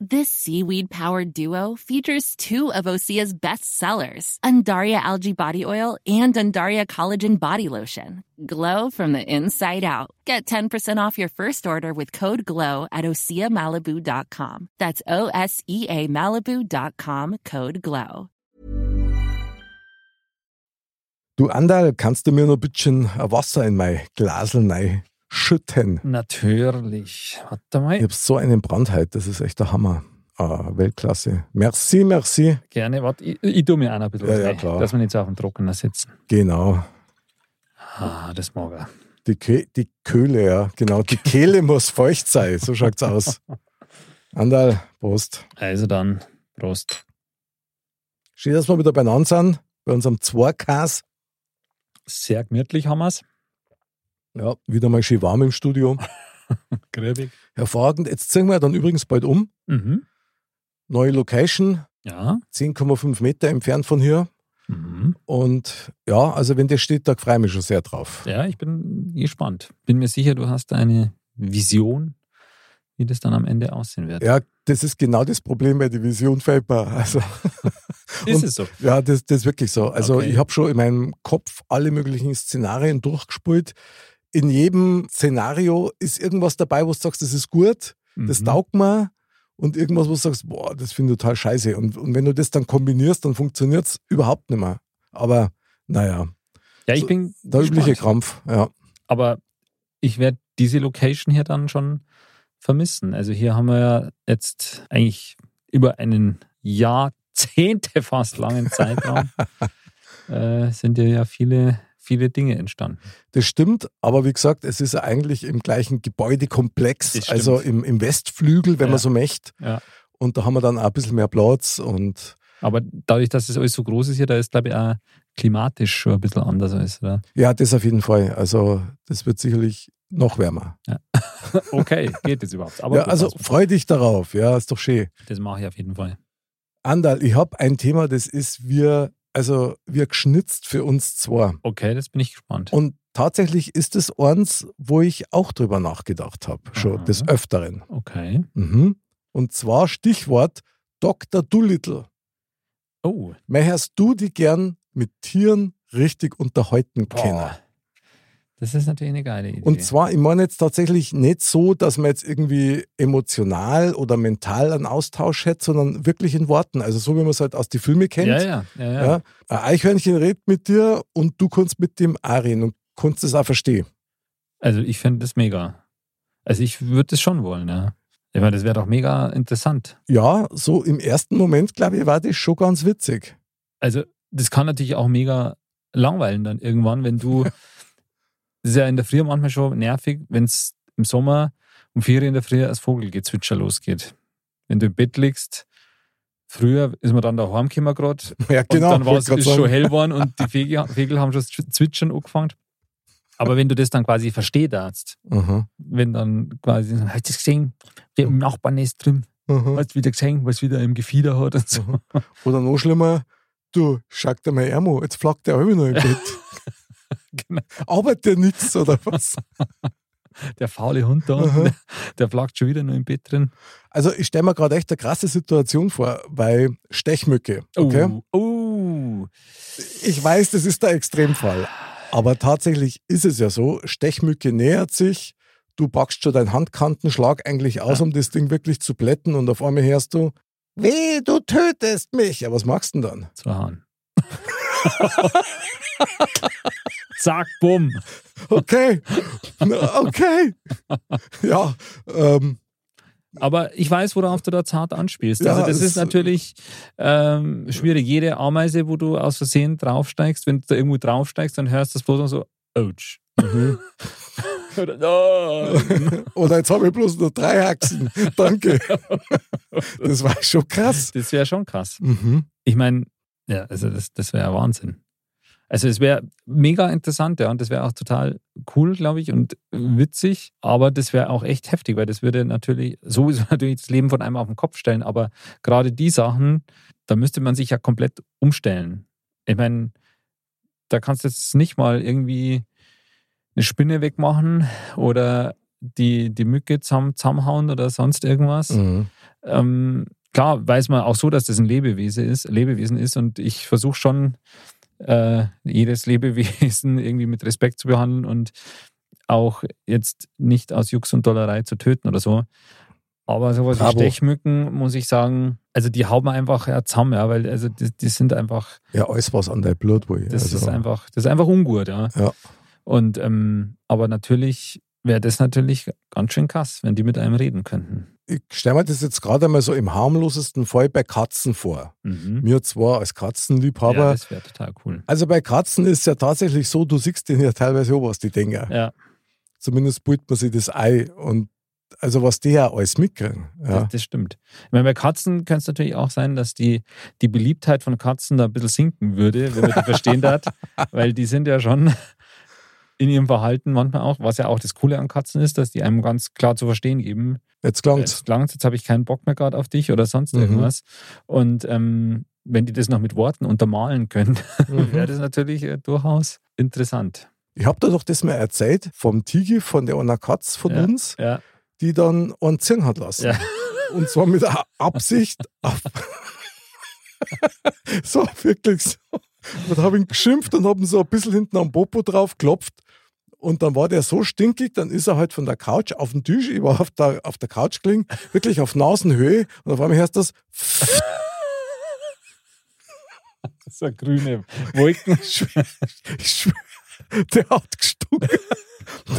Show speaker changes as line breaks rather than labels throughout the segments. This seaweed powered duo features two of Osea's best sellers, Undaria Algae Body Oil and Undaria Collagen Body Lotion. Glow from the inside out. Get 10% off your first order with code GLOW at OseaMalibu.com. That's O S E A Malibu.com code GLOW.
Du Andal, kannst du mir noch ein bisschen Wasser in mein Glasel rein schütten?
Natürlich. Warte mal.
Ich hab so einen Brandheit, das ist echt der Hammer. Ah, Weltklasse. Merci, merci.
Gerne. Warte, ich, ich tue mir auch noch ein bisschen
Ja,
was
ja,
rein,
klar.
dass wir nicht so auf dem Trockenen sitzen.
Genau.
Ah, das mag er.
Die, Kö die Köhle, ja, genau. Die Kehle muss feucht sein, so schaut's aus. Andal, Prost.
Also dann, Prost.
Schön, dass wir wieder beieinander sind, bei unserem Zwerkas.
Sehr gemütlich haben wir es.
Ja, wieder mal schön warm im Studio.
Gräbig.
Hervorragend. Jetzt ziehen wir dann übrigens bald um.
Mhm.
Neue Location,
Ja.
10,5 Meter entfernt von hier.
Mhm.
Und ja, also wenn der steht, da freue ich mich schon sehr drauf.
Ja, ich bin gespannt. Bin mir sicher, du hast eine Vision, wie das dann am Ende aussehen wird.
Ja, das ist genau das Problem bei Division Viper. Also,
Ist
und-
es so?
ja, das, das ist wirklich so. Also
Okay.
ich habe schon in meinem Kopf alle möglichen Szenarien durchgespielt. In jedem Szenario ist irgendwas dabei, wo du sagst, das ist gut, das
Mhm.
taugt mir. Und irgendwas, wo du sagst, boah, das finde ich total scheiße. Und, und wenn du das dann kombinierst, dann funktioniert es überhaupt nicht mehr. Aber naja,
Ja, ich
so-
bin
der übliche
gespannt.
Krampf. Ja.
Aber ich werde diese Location hier dann schon vermissen. Also hier haben wir ja jetzt eigentlich über einen Jahrzehnte fast langen Zeitraum äh, sind ja, ja viele, viele Dinge entstanden.
Das stimmt, aber wie gesagt, es ist ja eigentlich im gleichen
Das
Gebäudekomplex,
stimmt.
also im, im Westflügel, wenn
Ja.
man so möchte.
Ja.
Und da haben wir dann auch ein bisschen mehr Platz und
Aber dadurch, dass es alles so groß ist hier, da ist glaube ich auch klimatisch schon ein bisschen anders als da.
ja, das auf jeden Fall. Also das wird sicherlich noch wärmer.
Okay, geht es überhaupt. Aber
Ja,
gut,
also
das-
freu dich darauf, ja, ist doch schön.
das mache ich auf jeden Fall.
Andal, ich habe ein Thema, das ist wir, also wir geschnitzt für uns zwar.
Okay, das bin ich gespannt.
Und tatsächlich ist es eins, wo ich auch drüber nachgedacht habe, schon
Aha.
des Öfteren.
Okay.
Mhm. Und zwar Stichwort Dr. Doolittle.
Oh,
Möchtest du die gern mit Tieren richtig unterhalten
boah.
können?
Das ist natürlich eine geile Idee.
Und zwar, ich meine jetzt tatsächlich nicht so, dass man jetzt irgendwie emotional oder mental einen Austausch hätte, sondern wirklich in Worten. Also so, wie man es halt aus den Filmen kennt.
ja, ja, ja, ja.
Ja, Ein Eichhörnchen redet mit dir und du kannst mit dem auch reden und kannst es auch verstehen.
Also ich finde das mega. Also ich würde das schon wollen, ja. Ich meine, das wäre doch mega interessant.
Ja, so im ersten Moment, glaube ich, war das schon ganz witzig.
Also das kann natürlich auch mega langweilen dann irgendwann, wenn du, das ist ja in der Früh manchmal schon nervig, wenn es im Sommer um vier in der Früh als Vogelgezwitscher losgeht. Wenn du im Bett liegst, früher ist man dann daheim gekommen gerade
Ja,
Und
genau.
dann war
wollte
es
grad
ist
sagen.
schon hell geworden und die Vögel, Vögel haben schon das Zwitschern angefangen. Aber wenn du das dann quasi verstehst,
Aha,
wenn dann quasi, hast du das gesehen, der
Mhm.
im Nachbarn ist drin,
aha.
hast du wieder gesehen, was wieder im Gefieder hat und so.
Mhm. Oder noch schlimmer, du, schau dir mal Ermo, jetzt flackt der halbe noch im Bett.
Genau.
Arbeitet der nichts oder was?
Der faule Hund da unten,
Aha.
der, der flackt schon wieder nur im Bett drin.
Also ich stelle mir gerade echt eine krasse Situation vor bei Stechmücke. Okay?
Oh, oh.
Ich weiß, das ist der Extremfall. Aber tatsächlich ist es ja so, Stechmücke nähert sich, du packst schon deinen Handkantenschlag eigentlich aus,
Ja.
um das Ding wirklich zu plätten und auf einmal hörst du, weh, du tötest mich. Ja, was machst du denn dann?
Zwei Hahn. Zack, bumm.
Okay, Na, okay. Ja, ähm,
Aber ich weiß, worauf du da zart anspielst.
Ja,
also das
es-
ist natürlich ähm, schwierig. Jede Ameise, wo du aus Versehen draufsteigst, wenn du da irgendwo draufsteigst, dann hörst du das bloß noch so, ouch.
Mhm.
Oder, "Nein."
Oder jetzt habe ich bloß nur drei Achsen. Danke. Das war schon krass.
das wäre schon krass.
Mhm.
Ich meine, ja, also das, das wäre ja Wahnsinn. Also es wäre mega interessant, ja, und das wäre auch total cool, glaube ich, und witzig, aber das wäre auch echt heftig, weil das würde natürlich sowieso natürlich das Leben von einem auf den Kopf stellen, aber gerade die Sachen, Da müsste man sich ja komplett umstellen. Ich meine, da kannst du jetzt nicht mal irgendwie eine Spinne wegmachen oder die, die Mücke zusammen, zusammenhauen oder sonst irgendwas.
Mhm.
Ähm, klar weiß man auch so, dass das ein Lebewesen ist, Lebewesen ist und ich versuche schon, äh, jedes Lebewesen irgendwie mit Respekt zu behandeln und auch jetzt nicht aus Jux und Dollerei zu töten oder so. Aber sowas
Bravo.
wie Stechmücken, muss ich sagen, also die hauen wir einfach ja, zusammen, ja, weil also die, die sind einfach,
Ja, alles was an der Blut, wo ich.
das
also,
ist einfach, das ist einfach ungut, ja.
Ja.
Und ähm, aber natürlich wäre das natürlich ganz schön krass, wenn die mit einem reden könnten.
Ich stelle mir das jetzt gerade mal so im harmlosesten Fall bei Katzen vor.
Mhm.
Mir zwar als
ja,
Katzenliebhaber.
das wäre total cool.
also bei Katzen ist ja tatsächlich so, du siehst denen ja teilweise auch was, die Dinger.
Ja.
Zumindest brüht man sich das Ei. Und also was die ja alles mitkriegen. Ja.
Das, das stimmt. Ich meine, bei Katzen könnte es natürlich auch sein, dass die, die Beliebtheit von Katzen da ein bisschen sinken würde, wenn man die verstehen darf, weil die sind ja schon in ihrem Verhalten manchmal auch, was ja auch das Coole an Katzen ist, dass die einem ganz klar zu verstehen geben,
Jetzt klang's.
jetzt langt's, jetzt habe ich keinen Bock mehr gerade auf dich oder sonst
Mhm.
irgendwas. Und ähm, wenn die das noch mit Worten untermalen können, wäre
Mhm.
das natürlich äh, durchaus interessant.
Ich habe da doch das mal erzählt vom Tiger, von der einer Katz von uns,
Ja,
die dann einen Zirn hat lassen.
ja.
Und zwar mit der Absicht auf. so, wirklich so. Und habe ihn geschimpft und habe ihn so ein bisschen hinten am Popo drauf geklopft. Und dann war der so stinkig, dann ist er halt von der Couch auf den Tisch, ich war auf der, auf der Couch gelegen, wirklich auf Nasenhöhe. Und auf einmal hörst du das,
So grüne Wolken.
ich schwör, der hat gestunken.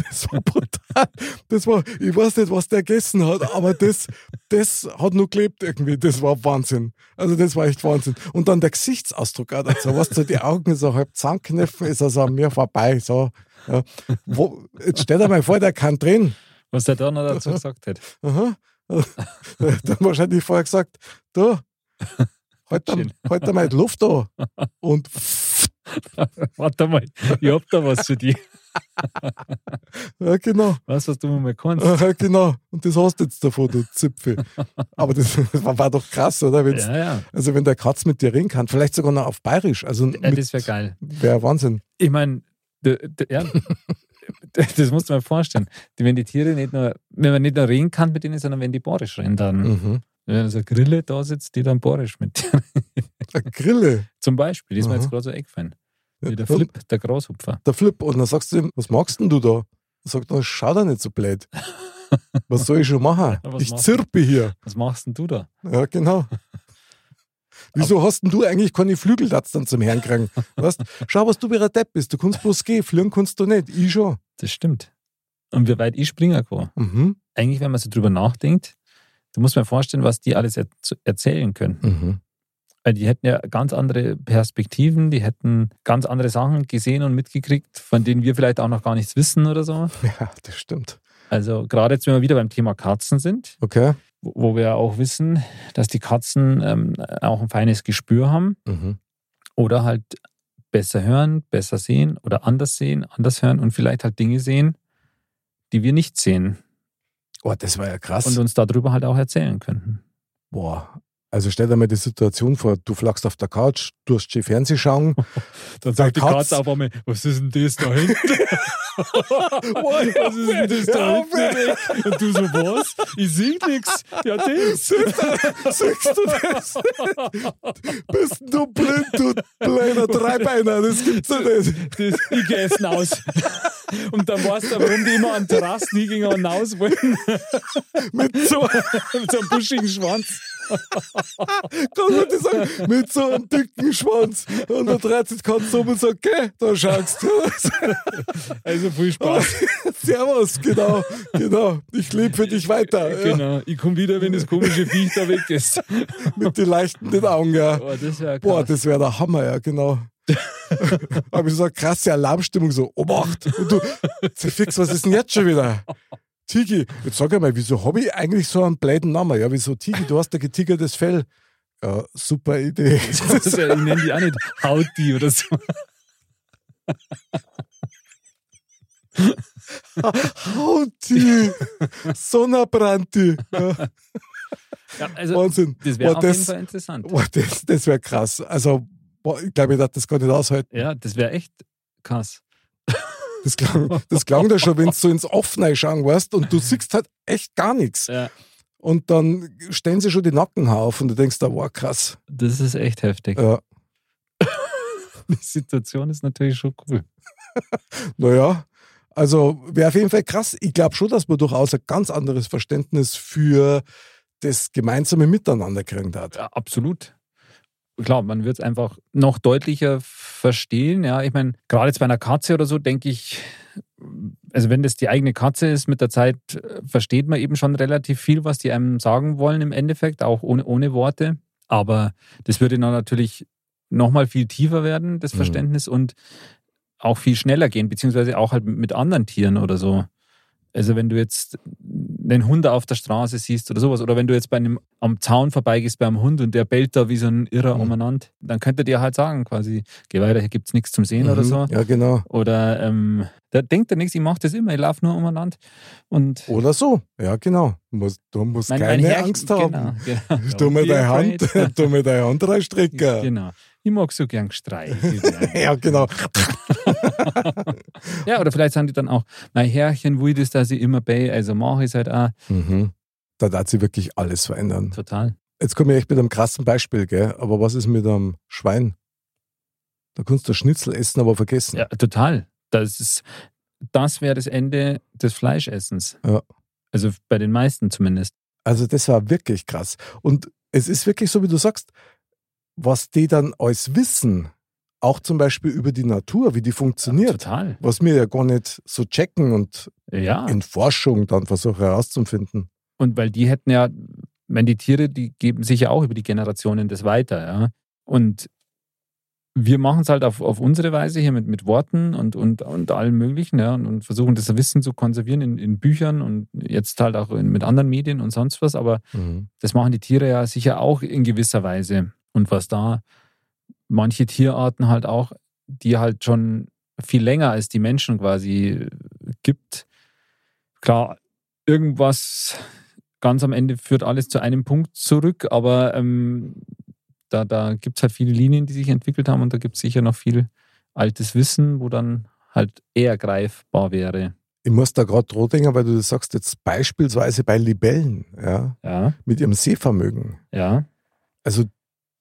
Das war brutal. Das war, ich weiß nicht, was der gegessen hat, aber das, das hat nur gelebt irgendwie. Das war Wahnsinn. Also das war echt Wahnsinn. Und dann der Gesichtsausdruck auch dazu. Weißt du, die Augen so halb zusammenkniffen, ist also an mir vorbei. So, ja. Wo, jetzt stell dir mal vor, der kann drehen.
Was der da noch dazu gesagt hat.
Aha. Der hat dann wahrscheinlich vorher gesagt, du, halt da,
Schön.
halt da mal die Luft an. Und
Warte mal, ich hab da was für dich.
ja, genau.
Was, was du mir mal kannst.
Aha, genau. Und das hast du jetzt davon, du Zipfel. Aber das war, war doch krass, oder? Wenn's,
Ja, ja.
Also wenn der Katz mit dir reden kann, vielleicht sogar noch auf Bayerisch. Also
ja
mit-
Äh, das wäre geil.
Wäre Wahnsinn.
Ich meine, ja, d- das musst du mir vorstellen. Die- Wenn die Tiere nicht nur, wenn man nicht nur reden kann mit ihnen, sondern wenn die Borisch reden, dann.
Mhm.
Wenn so eine Grille da sitzt, die dann Borisch mit dir.
Eine Grille,
Zum Beispiel, die ist mir
Aha.
jetzt gerade so eingefallen. Wie der
Mhm. Ja,
Flip, der Grashupfer.
der Flip. Und dann sagst du ihm, was magst denn du da? Er sagt, er, schau da nicht so blöd. Was soll ich schon machen?
Ja, was
Ich
machst
zirpe hier.
Was machst denn du da?
Ja, genau. Wieso hast denn du eigentlich keine Flügel das dann zum Herrn kriegen? Weißt, schau, was du wieder Depp bist. Du kannst bloß gehen, fliegen kannst du nicht. Ich schon.
Das stimmt. Und wie weit ich springen kann.
Mhm.
Eigentlich, wenn man so drüber nachdenkt, da muss man vorstellen, was die alles er erzählen können.
Mhm.
Weil die hätten ja ganz andere Perspektiven, die hätten ganz andere Sachen gesehen und mitgekriegt, von denen wir vielleicht auch noch gar nichts wissen oder so.
Ja, das stimmt.
Also gerade jetzt, wenn wir wieder beim Thema Katzen sind,
Okay.
wo- wo wir ja auch wissen, dass die Katzen ähm, auch ein feines Gespür haben
Mhm.
oder halt besser hören, besser sehen oder anders sehen, anders hören und vielleicht halt Dinge sehen, die wir nicht sehen
Oh, das war ja krass.
und uns darüber halt auch erzählen könnten.
Boah. Also stell dir mal die Situation vor, du flachst auf der Couch, du hast schön Fernsehen schauen.
Dann
sagt die Katze
auf einmal, was ist denn das da hinten?
Was ist denn das da
hinten? Und du so, was? Ich sehe nichts. Ja, das.
Siehst du das? Bist du blind, du kleiner Dreibeiner, das gibt's doch nicht.
das ich geh essen aus. Und dann weißt du, warum die immer an Terrassen nie gingen und hinaus wollten.
Mit so,
Mit so einem buschigen Schwanz.
kann man das sagen, mit so einem dicken Schwanz. Und der 13 kannst du und sagt, geh, da schaust du.
Also viel Spaß.
Servus, genau, genau. Ich lebe für dich weiter. Ja,
Genau. Ich komme wieder, wenn das komische Viech da weg ist.
mit den leuchtenden Augen, ja.
Boah, das wäre
Boah,
krass.
das wäre der Hammer, ja, genau. Aber so eine krasse Alarmstimmung, so, Obacht! Und du, Fix, was ist denn jetzt schon wieder? Tigi, jetzt sag einmal, wieso habe ich eigentlich so einen blöden Namen? Ja, wieso Tigi, du hast ein getigertes Fell. Ja, super Idee.
Das wär, ich nenne die auch nicht Hauti oder so.
Hauti! Sonnabranti! Ja,
Ja, also,
Wahnsinn.
das wäre
Boah,
auf
das-
jeden Fall interessant.
Boah, das das wäre krass. Also, boah, ich glaube, ich darf das gar nicht aushalten.
Ja, das wäre echt krass.
Das klang, das klang da schon, wenn du so ins Offene schauen warst und du siehst halt echt gar nichts.
Ja,
Und dann stellen sie schon die Nacken auf und du denkst, da war krass. Äh,
das ist echt heftig.
Ja,
Die Situation ist natürlich schon cool.
naja, also wäre auf jeden Fall krass. Ich glaube schon, dass man durchaus ein ganz anderes Verständnis für das gemeinsame Miteinander kriegen hat.
Ja, absolut. Klar, man wird es einfach noch deutlicher verstehen. Ja, ich meine, gerade jetzt bei einer Katze oder so, denke ich, also wenn das die eigene Katze ist, mit der Zeit äh, versteht man eben schon relativ viel, was die einem sagen wollen im Endeffekt, auch ohne, ohne Worte. Aber das würde dann natürlich nochmal viel tiefer werden, das
Mhm.
Verständnis, und auch viel schneller gehen, beziehungsweise auch halt mit anderen Tieren oder so. Also wenn du jetzt einen Hund auf der Straße siehst oder sowas, oder wenn du jetzt bei einem am Zaun vorbeigehst bei einem Hund und der bellt da wie so ein Irrer
Mhm.
umeinander, dann könnte dir halt sagen, quasi, geh weiter, hier gibt's nichts zum Sehen oder
Mhm,
so.
Ja, genau.
Oder ähm, da denkt er nichts, ich mache das immer, ich laufe nur umeinander. Und
Oder so. Ja, genau. Du musst, du musst
mein- mein
Oh, keine
Herrchen-
Angst haben.
Genau, genau.
Tu mir
Don't be
deine Hand,
afraid.
tu mir deine Hand reinstrecken.
Genau. Ich mag so gern streicheln.
Ja, genau.
Ja, oder vielleicht sagen die dann auch, mein Herrchen, will das, dass ich immer bei, also mache ich es halt auch.
Mhm. Da hat sich wirklich alles verändern.
Total.
Jetzt komme ich echt mit einem krassen Beispiel, gell? Aber was ist mit einem Schwein? Da kannst du Schnitzel essen, aber vergessen.
Ja, total. Das ist, das wäre das Ende des Fleischessens.
Ja.
Also bei den meisten zumindest.
Also das war wirklich krass. Und es ist wirklich so, wie du sagst, was die dann alles wissen, auch zum Beispiel über die Natur, wie die funktioniert,
Total.
was wir ja gar nicht so checken und
Ja.
in Forschung dann versuchen herauszufinden.
Und weil die hätten ja, wenn die Tiere, die geben sich ja auch über die Generationen das weiter, ja. Und wir machen es halt auf, auf unsere Weise hier mit, mit Worten und, und, und allem Möglichen, ja, und, und versuchen das Wissen zu konservieren in, in Büchern und jetzt halt auch in, mit anderen Medien und sonst was, aber das machen die Tiere ja sicher auch in gewisser Weise. Und was da manche Tierarten halt auch, die halt schon viel länger als die Menschen quasi äh, gibt. Klar, irgendwas ganz am Ende führt alles zu einem Punkt zurück, aber ähm, da, da gibt es halt viele Linien, die sich entwickelt haben und da gibt es sicher noch viel altes Wissen, wo dann halt eher greifbar wäre.
Ich muss da gerade dran denken, weil du das sagst, jetzt beispielsweise bei Libellen, ja,
Ja,
mit ihrem Sehvermögen.
ja,
Also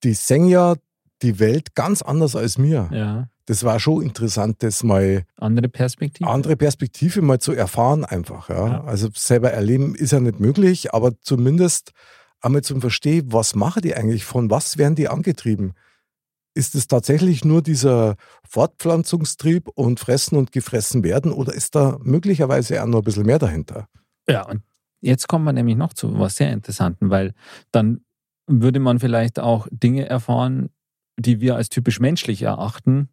die sehen ja die Welt ganz anders als mir.
ja.
Das war schon interessant, das mal
Andere Perspektive.
andere Perspektive mal zu erfahren einfach. Ja?
Mhm. Ja.
Also selber erleben ist ja nicht möglich, aber zumindest einmal zum Verstehen, was machen die eigentlich, von was werden die angetrieben? Ist es tatsächlich nur dieser Fortpflanzungstrieb und fressen und gefressen werden oder ist da möglicherweise auch noch ein bisschen mehr dahinter?
Ja, und jetzt kommen wir nämlich noch zu was sehr Interessanten, weil dann würde man vielleicht auch Dinge erfahren, die wir als typisch menschlich erachten,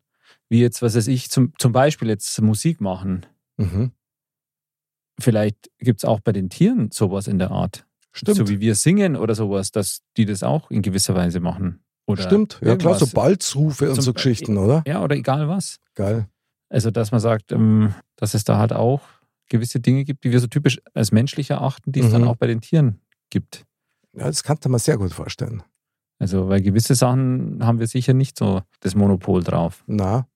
wie jetzt, was weiß ich, zum, zum Beispiel jetzt Musik machen.
Mhm.
Vielleicht gibt es auch bei den Tieren sowas in der Art.
Stimmt,
So wie wir singen oder sowas, dass die das auch in gewisser Weise machen. Oder
stimmt. Ja klar, so
irgendwas.
Balzrufe und
Zum
so
Beispiel-
Geschichten, oder?
Ja, oder egal was.
Geil.
Also, dass man sagt, ähm, dass es da halt auch gewisse Dinge gibt, die wir so typisch als menschlich erachten, die es
Mhm.
dann auch bei den Tieren gibt.
Ja, das kannte man sehr gut vorstellen.
Also, weil gewisse Sachen haben wir sicher nicht so das Monopol drauf.
Na,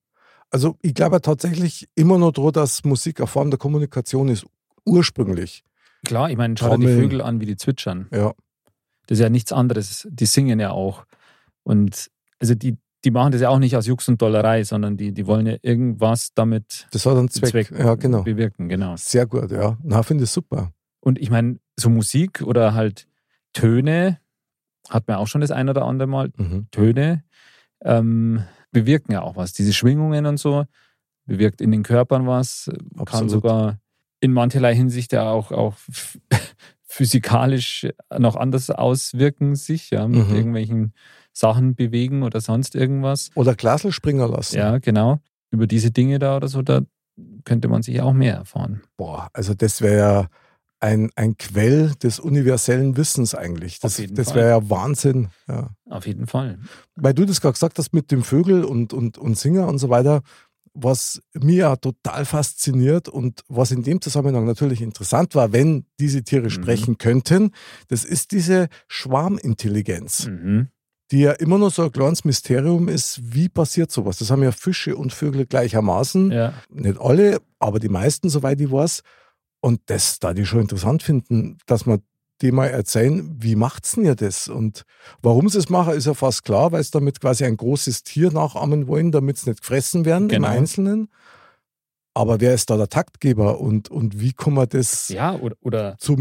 also ich glaube tatsächlich immer noch dran, dass Musik eine Form der Kommunikation ist, ursprünglich.
Klar, ich meine, schau dir die
Trommeln.
Vögel an, wie die zwitschern.
Ja.
Das ist ja nichts anderes. Die singen ja auch. Und also die, die machen das ja auch nicht aus Jux und Dollerei, sondern die, die wollen ja irgendwas damit
Das hat einen Zweck. Ja, genau.
bewirken. Genau.
Sehr gut, ja. Na, finde ich super.
Und ich meine, so Musik oder halt Töne, hat man auch schon das ein oder andere Mal
Mhm.
Töne ähm, bewirken ja auch was. Diese Schwingungen und so bewirkt in den Körpern was, kann
Absolut.
sogar in mancherlei Hinsicht ja auch, auch physikalisch noch anders auswirken, sich ja, mit
Mhm.
irgendwelchen Sachen bewegen oder sonst irgendwas.
Oder Glasel springen lassen.
Ja, genau. Über diese Dinge da oder so, da könnte man sich auch mehr erfahren.
Boah, also das wäre ja ein, ein Quell des universellen Wissens eigentlich. Das,
Auf jeden
das
Fall.
wäre ja Wahnsinn. Ja.
Auf jeden Fall.
Weil du das gerade gesagt hast mit dem Vögel und, und, und Singer und so weiter, was mir auch total fasziniert und was in dem Zusammenhang natürlich interessant war, wenn diese
Mhm.
Tiere sprechen könnten, das ist diese Schwarmintelligenz,
Mhm.
die ja immer noch so ein kleines Mysterium ist, wie passiert sowas. Das haben ja Fische und Vögel gleichermaßen,
Ja.
nicht alle, aber die meisten, soweit ich weiß. Und das da die schon interessant finden, dass man die mal erzählen, wie macht's denn ihr das? Und warum sie es machen, ist ja fast klar, weil sie damit quasi ein großes Tier nachahmen wollen, damit es nicht gefressen werden
Genau.
im Einzelnen. Aber wer ist da der Taktgeber und, und wie kann man das
ja, oder, oder
zu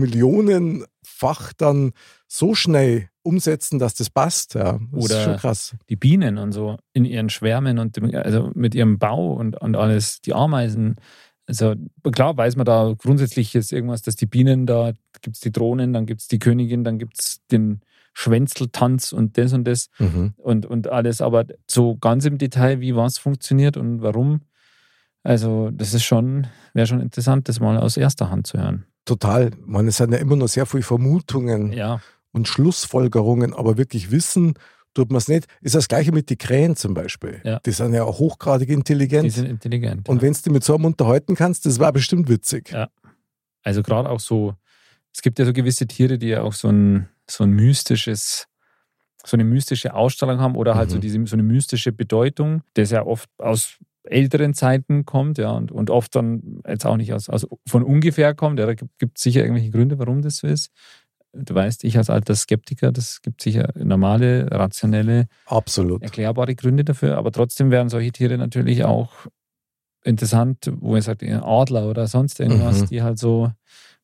Millionenfach dann so schnell umsetzen, dass das passt? Ja, das
Oder-
ist schon krass.
die Bienen und so in ihren Schwärmen und dem, also mit ihrem Bau und, und alles, die Ameisen. Also klar weiß man da grundsätzlich jetzt irgendwas, dass die Bienen, da gibt es die Drohnen, dann gibt es die Königin, dann gibt es den Schwänzeltanz und das und das
Mhm.
und, und alles. Aber so ganz im Detail, wie was funktioniert und warum, also das ist schon, wäre schon interessant, das mal aus erster Hand zu hören.
Total. Man, es sind ja immer noch sehr viele Vermutungen.
Ja,
und Schlussfolgerungen, aber wirklich wissen tut man es nicht. Ist das gleiche mit den Krähen zum Beispiel.
Ja.
Die sind ja auch hochgradig
die
intelligent.
sind intelligent.
und
ja.
wenn du die mit so einem unterhalten kannst, das war bestimmt witzig.
Ja. Also gerade auch so, es gibt ja so gewisse Tiere, die ja auch so ein, so ein mystisches, so eine mystische Ausstrahlung haben oder halt so
Mhm.
diese so eine mystische Bedeutung, das ja oft aus älteren Zeiten kommt, ja, und, und oft dann jetzt auch nicht aus, aus von ungefähr kommt. Ja, da gibt es sicher irgendwelche Gründe, warum das so ist. Du weißt, ich als alter Skeptiker, das gibt sicher normale, rationelle
Absolut.
erklärbare Gründe dafür, aber trotzdem wären solche Tiere natürlich auch interessant, wo man sagt, ein Adler oder sonst irgendwas,
Mhm.
die halt so,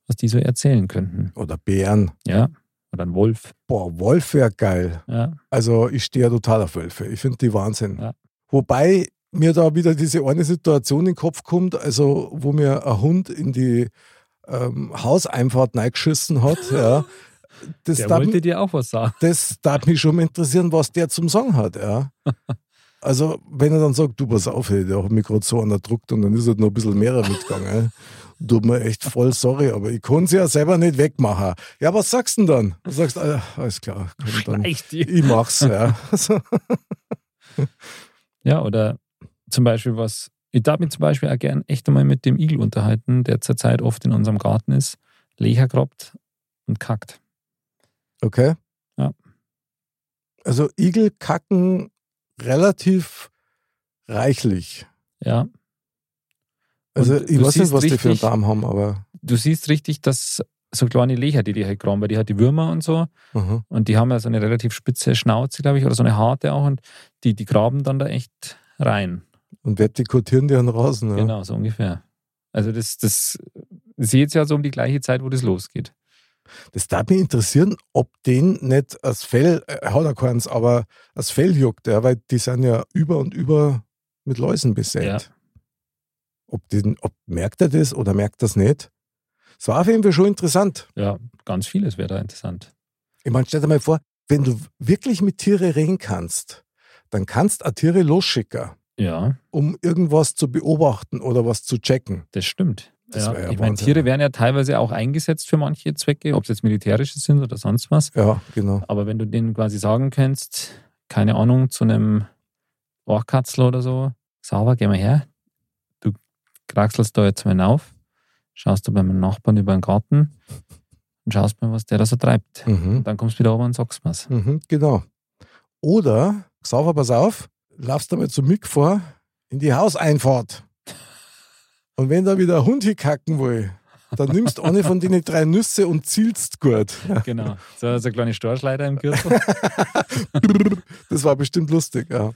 was die so erzählen könnten.
Oder Bären.
Ja. Oder ein Wolf.
Boah, Wolf wäre geil.
Ja.
Also ich stehe ja total auf Wölfe. Ich finde die Wahnsinn.
Ja.
Wobei mir da wieder diese eine Situation in den Kopf kommt, also wo mir ein Hund in die ähm, Hauseinfahrt reingeschissen hat. ja. Das
Der
darf-
wollte dir auch was sagen.
das darf mich schon mal interessieren, was der zum Song hat, ja. Also, wenn er dann sagt, du pass auf, ey, der hat mich gerade so anerdruckt und dann ist halt noch ein bisschen mehr mitgegangen. ey. Tut mir echt voll sorry, aber ich konnte sie ja selber nicht wegmachen. Ja, was sagst du denn dann? Du sagst, ah, alles klar, komm, dann,
Leicht.
ich mach's, ja. Also,
Ja, oder zum Beispiel was, ich darf mich zum Beispiel auch gern echt einmal mit dem Igel unterhalten, der zurzeit oft in unserem Garten ist, Lecher grabt und kackt.
okay.
Ja.
Also, Igel kacken relativ reichlich.
Ja.
Also,
Und
ich weiß
du
nicht,
siehst
was die für einen
richtig-
Darm haben, aber.
Du siehst richtig, dass so kleine Lecher, die die halt graben, weil die hat die Würmer und so.
Mhm.
Und die haben ja so eine relativ spitze Schnauze, glaube ich, oder so eine harte auch. Und die, die graben dann da echt rein.
Und vertikutieren die einen raus, ne?
Genau, so ungefähr. Also das, das ist jetzt ja so um die gleiche Zeit, wo das losgeht.
Das darf mich interessieren, ob den nicht als Fell, äh, hat er keins, aber als Fell juckt, ja, weil die sind ja über und über mit Läusen besät.
Ja.
Ob, den, ob merkt er das oder merkt das nicht? Das war auf jeden Fall schon interessant.
Ja, ganz vieles wäre da interessant.
Ich meine, stell dir mal vor, wenn du wirklich mit Tiere reden kannst, dann kannst du auch Tiere losschicken,
Ja,
um irgendwas zu beobachten oder was zu checken.
das stimmt.
Das
ja.
wär ja
ich meine,
Wahnsinn.
Tiere werden ja teilweise auch eingesetzt für manche Zwecke, ob es jetzt militärische sind oder sonst was.
Ja, genau.
Aber wenn du denen quasi sagen kannst, keine Ahnung, zu einem Ohrkatzler oder so, sauber, geh mal her. Du kraxelst da jetzt mal auf, schaust du bei meinem Nachbarn über den Garten und schaust mal, was der da so treibt.
Mhm.
Und dann kommst du wieder oben und sagst mir's.
Mhm, genau. Oder, sauber, pass auf, laufst damit zum Mick vor in die Hauseinfahrt. Und wenn da wieder ein Hund hinkacken will, dann nimmst eine von denen drei Nüsse und zielst gut.
Genau. So, so eine kleine Storchleiter im Gürtel.
Das war bestimmt lustig, ja.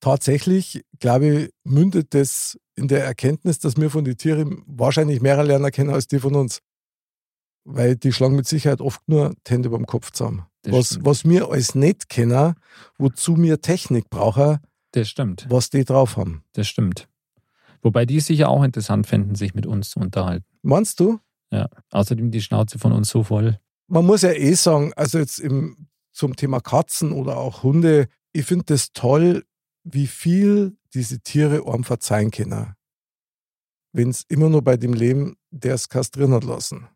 Tatsächlich, glaube ich, mündet das in der Erkenntnis, dass wir von den Tieren wahrscheinlich mehr lernen können als die von uns. Weil die schlagen mit Sicherheit oft nur die Hände über dem Kopf zusammen.
Das
Was,
stimmt.
was wir alles nicht kennen, wozu wir Technik brauchen,
Das stimmt.
was die drauf haben.
Das stimmt. Wobei die es sicher auch interessant finden, sich mit uns zu unterhalten.
Meinst du?
Außerdem die Schnauze von uns so voll.
Man muss ja eh sagen, also jetzt im, zum Thema Katzen oder auch Hunde, ich finde das toll, wie viel diese Tiere einem verzeihen können. Wenn es immer nur bei dem Leben, der es kastrieren hat lassen.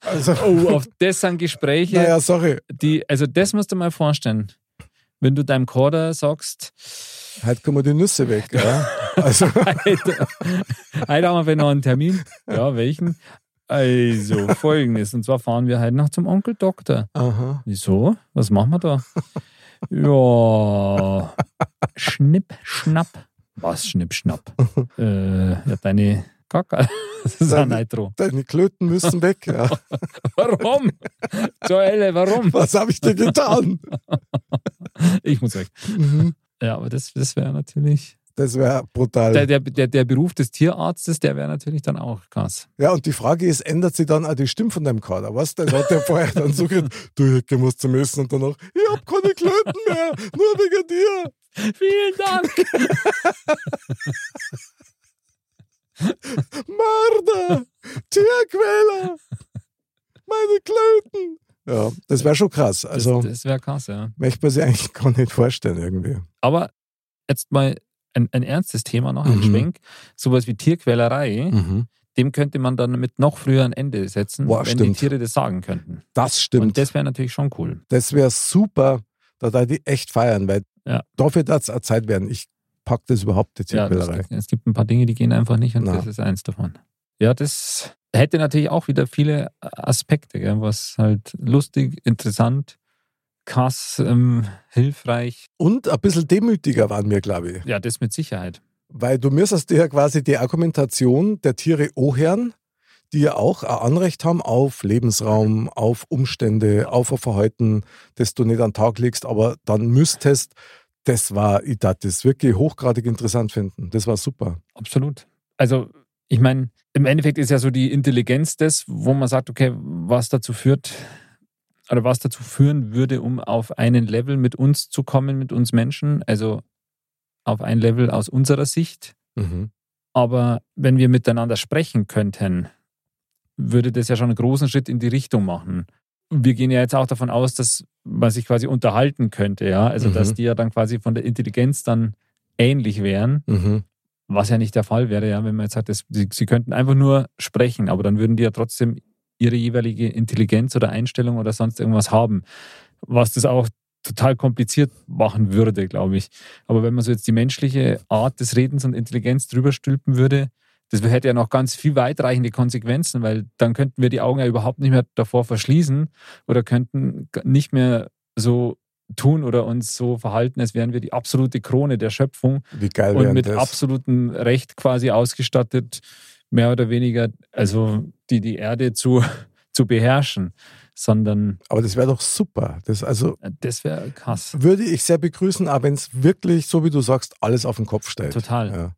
Also,
Oh, auf das sind Gespräche.
naja, sorry.
die, also das musst du mal vorstellen. wenn du deinem Kader sagst,
Heute kommen die Nüsse weg. Ja. Also,
heute, heute haben wir noch einen Termin. Ja, welchen? Also, folgendes. Und zwar fahren wir heute noch zum Onkel Doktor.
aha.
Wieso? Was machen wir da? ja. Schnipp, schnapp. Was, schnipp, schnapp? äh, ja, deine Kacke. Das ist ein
Deine-
Nitro.
Deine Klöten müssen weg. Ja.
Warum? Joelle, warum?
Was habe ich dir getan?
Ich muss weg.
Mhm.
Ja, aber das, das wäre natürlich.
Das wäre
Der,
brutal.
der, der, der Beruf des Tierarztes, der wäre natürlich dann auch krass.
Ja, und die Frage ist, ändert sich dann auch die Stimme von deinem Kader? Was? Dann hat der vorher dann so gesagt, du Hecke musst zum Essen und danach, ich hab keine Klöten mehr, nur wegen dir.
Vielen Dank!
Mörder! Tierquäler! Meine Klöten! Ja, das wäre schon krass.
Das,
Also,
das wäre krass, ja.
möchte man sich eigentlich gar nicht vorstellen irgendwie.
Aber jetzt mal ein, ein ernstes Thema noch, ein
Mhm.
Schwenk. Sowas wie Tierquälerei. dem könnte man dann mit noch früher ein Ende setzen,
Boah,
wenn die
stimmt.
Tiere das sagen könnten.
Das stimmt.
Und das wäre natürlich schon cool.
Das wäre super, da da die echt feiern, weil
Ja.
dafür darf es auch Zeit werden. Ich pack das überhaupt nicht
Ja,
ja,
das, es gibt ein paar Dinge, die gehen einfach nicht und
Na.
das ist eins davon. Ja, das hätte natürlich auch wieder viele Aspekte, gell, was halt lustig, interessant, krass, ähm, hilfreich.
Und ein bisschen demütiger waren wir, glaube ich.
Ja, das mit Sicherheit.
Weil du müsstest dir ja quasi die Argumentation der Tiere Oherren, die ja auch ein Anrecht haben auf Lebensraum, auf Umstände, auf ein Verhalten, das du nicht an den Tag legst, aber dann müsstest, das war, ich darf das wirklich hochgradig interessant finden. Das war super.
Absolut. Also, ich meine, im Endeffekt ist ja so die Intelligenz das, wo man sagt, okay, was dazu führt oder was dazu führen würde, um auf einen Level mit uns zu kommen, mit uns Menschen, also auf ein Level aus unserer Sicht.
Mhm.
Aber wenn wir miteinander sprechen könnten, würde das ja schon einen großen Schritt in die Richtung machen. Wir gehen ja jetzt auch davon aus, dass man sich quasi unterhalten könnte, ja. Also,
Mhm.
dass die ja dann quasi von der Intelligenz dann ähnlich wären.
Mhm.
Was ja nicht der Fall wäre, ja, wenn man jetzt sagt, dass sie, sie könnten einfach nur sprechen, aber dann würden die ja trotzdem ihre jeweilige Intelligenz oder Einstellung oder sonst irgendwas haben, was das auch total kompliziert machen würde, glaube ich. Aber wenn man so jetzt die menschliche Art des Redens und Intelligenz drüber stülpen würde, das hätte ja noch ganz viel weitreichende Konsequenzen, weil dann könnten wir die Augen ja überhaupt nicht mehr davor verschließen oder könnten g- nicht mehr so tun oder uns so verhalten, als wären wir die absolute Krone der Schöpfung
Wie geil
und
wäre
mit
das?
absolutem Recht quasi ausgestattet, mehr oder weniger, also die, die Erde zu, zu beherrschen, sondern
Aber das wäre doch super. Das, also,
äh, das wäre krass.
würde ich sehr begrüßen, aber wenn es wirklich, so wie du sagst, alles auf den Kopf stellt.
Total.
Ja.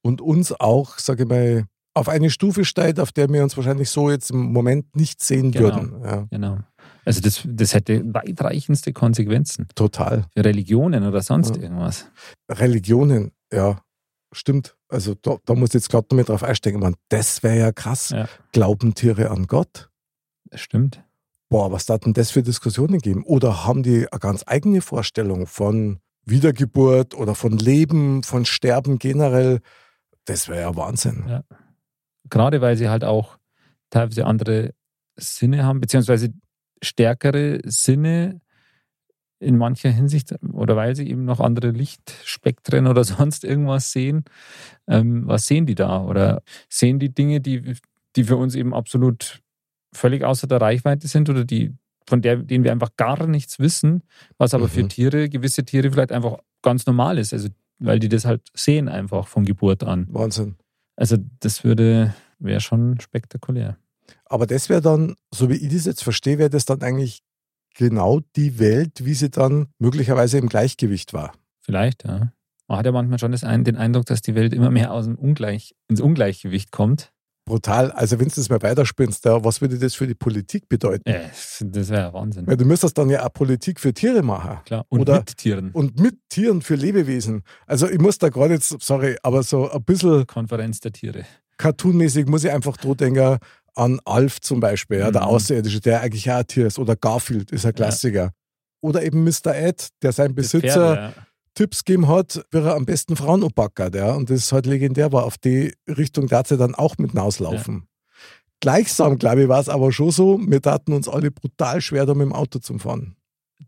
Und uns auch, sage ich mal, auf eine Stufe stellt, auf der wir uns wahrscheinlich so jetzt im Moment nicht sehen
Genau.
würden. Ja,
Genau. Also das, das hätte weitreichendste Konsequenzen
total.
für Religionen oder sonst
Ja.
irgendwas.
Religionen, ja, stimmt. Also da, da muss ich jetzt gerade noch mal drauf einsteigen. Man, das wäre ja krass.
Ja.
Glauben Tiere an Gott?
Das stimmt.
Boah, was hat denn das für Diskussionen geben? Oder haben die eine ganz eigene Vorstellung von Wiedergeburt oder von Leben, von Sterben generell? Das wäre ja Wahnsinn.
Ja. Gerade weil sie halt auch teilweise andere Sinne haben, beziehungsweise stärkere Sinne in mancher Hinsicht oder weil sie eben noch andere Lichtspektren oder sonst irgendwas sehen. Ähm, was sehen die da? Oder sehen die Dinge, die, die für uns eben absolut völlig außer der Reichweite sind oder die, von der, denen wir einfach gar nichts wissen, was aber für
Mhm.
Tiere, gewisse Tiere vielleicht einfach ganz normal ist. Also, weil die das halt sehen einfach von Geburt an.
Wahnsinn.
Also das würde, wäre schon spektakulär.
Aber das wäre dann, so wie ich das jetzt verstehe, wäre das dann eigentlich genau die Welt, wie sie dann möglicherweise im Gleichgewicht war.
Vielleicht, ja. Man hat ja manchmal schon das ein, den Eindruck, dass die Welt immer mehr aus dem Ungleich, ins Ungleichgewicht kommt.
Brutal. Also wenn du das mal weiterspinnst, ja, was würde das für die Politik bedeuten?
Ja, Äh, das wäre Wahnsinn.
Weil du müsstest dann ja auch Politik für Tiere machen.
Klar. Und
Oder-
mit Tieren.
Und mit Tieren für Lebewesen. Also ich muss da gerade jetzt, sorry, aber so ein bisschen
Konferenz der Tiere.
cartoonmäßig muss ich einfach dran denken an Alf zum Beispiel, ja, der
Mhm.
Außerirdische, der eigentlich auch ein Tier ist. Oder Garfield ist ein Klassiker. Oder eben Mr. Ed, der sein Besitzer
Pferde, ja.
Tipps gegeben hat, wie er am besten Frauen umpackert. Ja? Und das halt legendär war. Auf die Richtung darf sie dann auch mit hinauslaufen. Gleichsam, glaube ich, war es aber schon so, wir taten uns alle brutal schwer, da mit dem Auto zu fahren.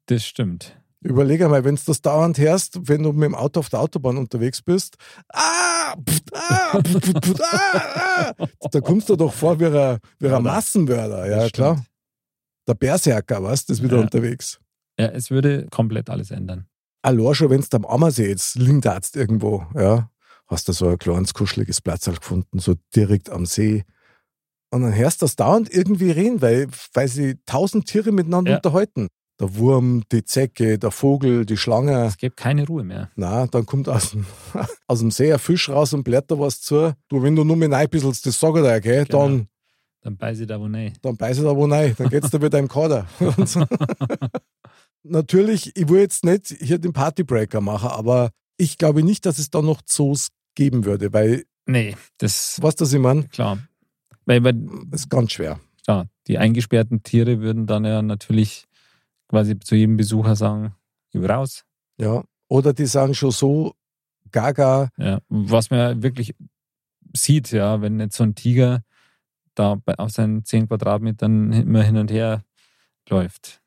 Das stimmt.
Überleg einmal, wenn du das dauernd hörst, wenn du mit dem Auto auf der Autobahn unterwegs bist, ah, pft, ah, pft, pft, pft, ah, ah, da kommst du doch vor wie ein, wie
Ja,
ein Massenmörder, ja
das
klar. Der Berserker, weißt du, ist wieder
Ja.
unterwegs.
Ja, es würde komplett alles ändern.
Allein schon, wenn du am Ammersee jetzt lindarzt irgendwo, ja, hast du so ein kleines, kuscheliges Platz gefunden, so direkt am See. Und dann hörst du das dauernd irgendwie reden, weil, weil sie tausend Tiere miteinander
Ja.
unterhalten. Der Wurm, die Zecke, der Vogel, die Schlange.
Es gäbe keine Ruhe mehr.
Na, dann kommt aus dem, aus dem See ein Fisch raus und blärt da was zu. Du, wenn du nur mit einbisselst, das sag ich dir, gell?
Genau.
Dann,
Dann beiße ich da wo nicht.
dann beiß ich da wo rein. Dann geht's da wieder im Kader. Und so. Natürlich, ich will jetzt nicht hier den Partybreaker machen, aber ich glaube nicht, dass es da noch Zoos geben würde, weil,
Nee, das
was das ich meine,
klar. Weil, weil
ist ganz schwer.
klar, die eingesperrten Tiere würden dann ja natürlich quasi zu jedem Besucher sagen, "Geh raus.
Ja. Oder die sagen schon so, gaga,
Ja, was man ja wirklich sieht, ja, wenn jetzt so ein Tiger da bei, auf seinen 10 Quadratmetern immer hin und her läuft.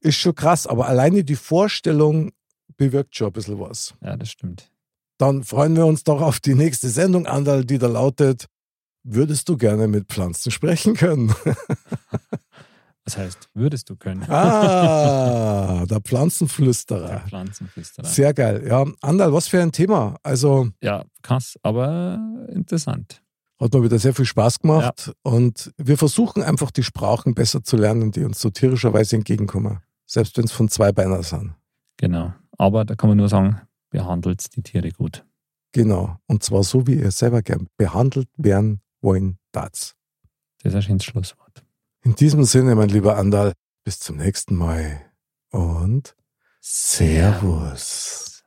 ist schon krass, aber alleine die Vorstellung bewirkt schon ein bisschen was.
Ja, das stimmt.
Dann freuen wir uns doch auf die nächste Sendung, Andal, die da lautet: Würdest du gerne mit Pflanzen sprechen können?
Das heißt, würdest du können.
Ah, der
Der
Pflanzenflüsterer.
Pflanzenflüsterer.
Sehr geil. Ja, Andal, was für ein Thema. Also
Ja, krass, aber interessant.
hat mir wieder sehr viel Spaß gemacht und wir versuchen einfach die Sprachen besser zu lernen, die uns so tierischerweise entgegenkommen. Selbst wenn es von zwei Beiner sind.
Genau. Aber da kann man nur sagen, behandelt die Tiere gut.
Genau. Und zwar so, wie ihr selber gern behandelt werden wollen, das.
Das ist ein schönes Schlusswort.
In diesem Sinne, mein lieber Andal, bis zum nächsten Mal und Servus.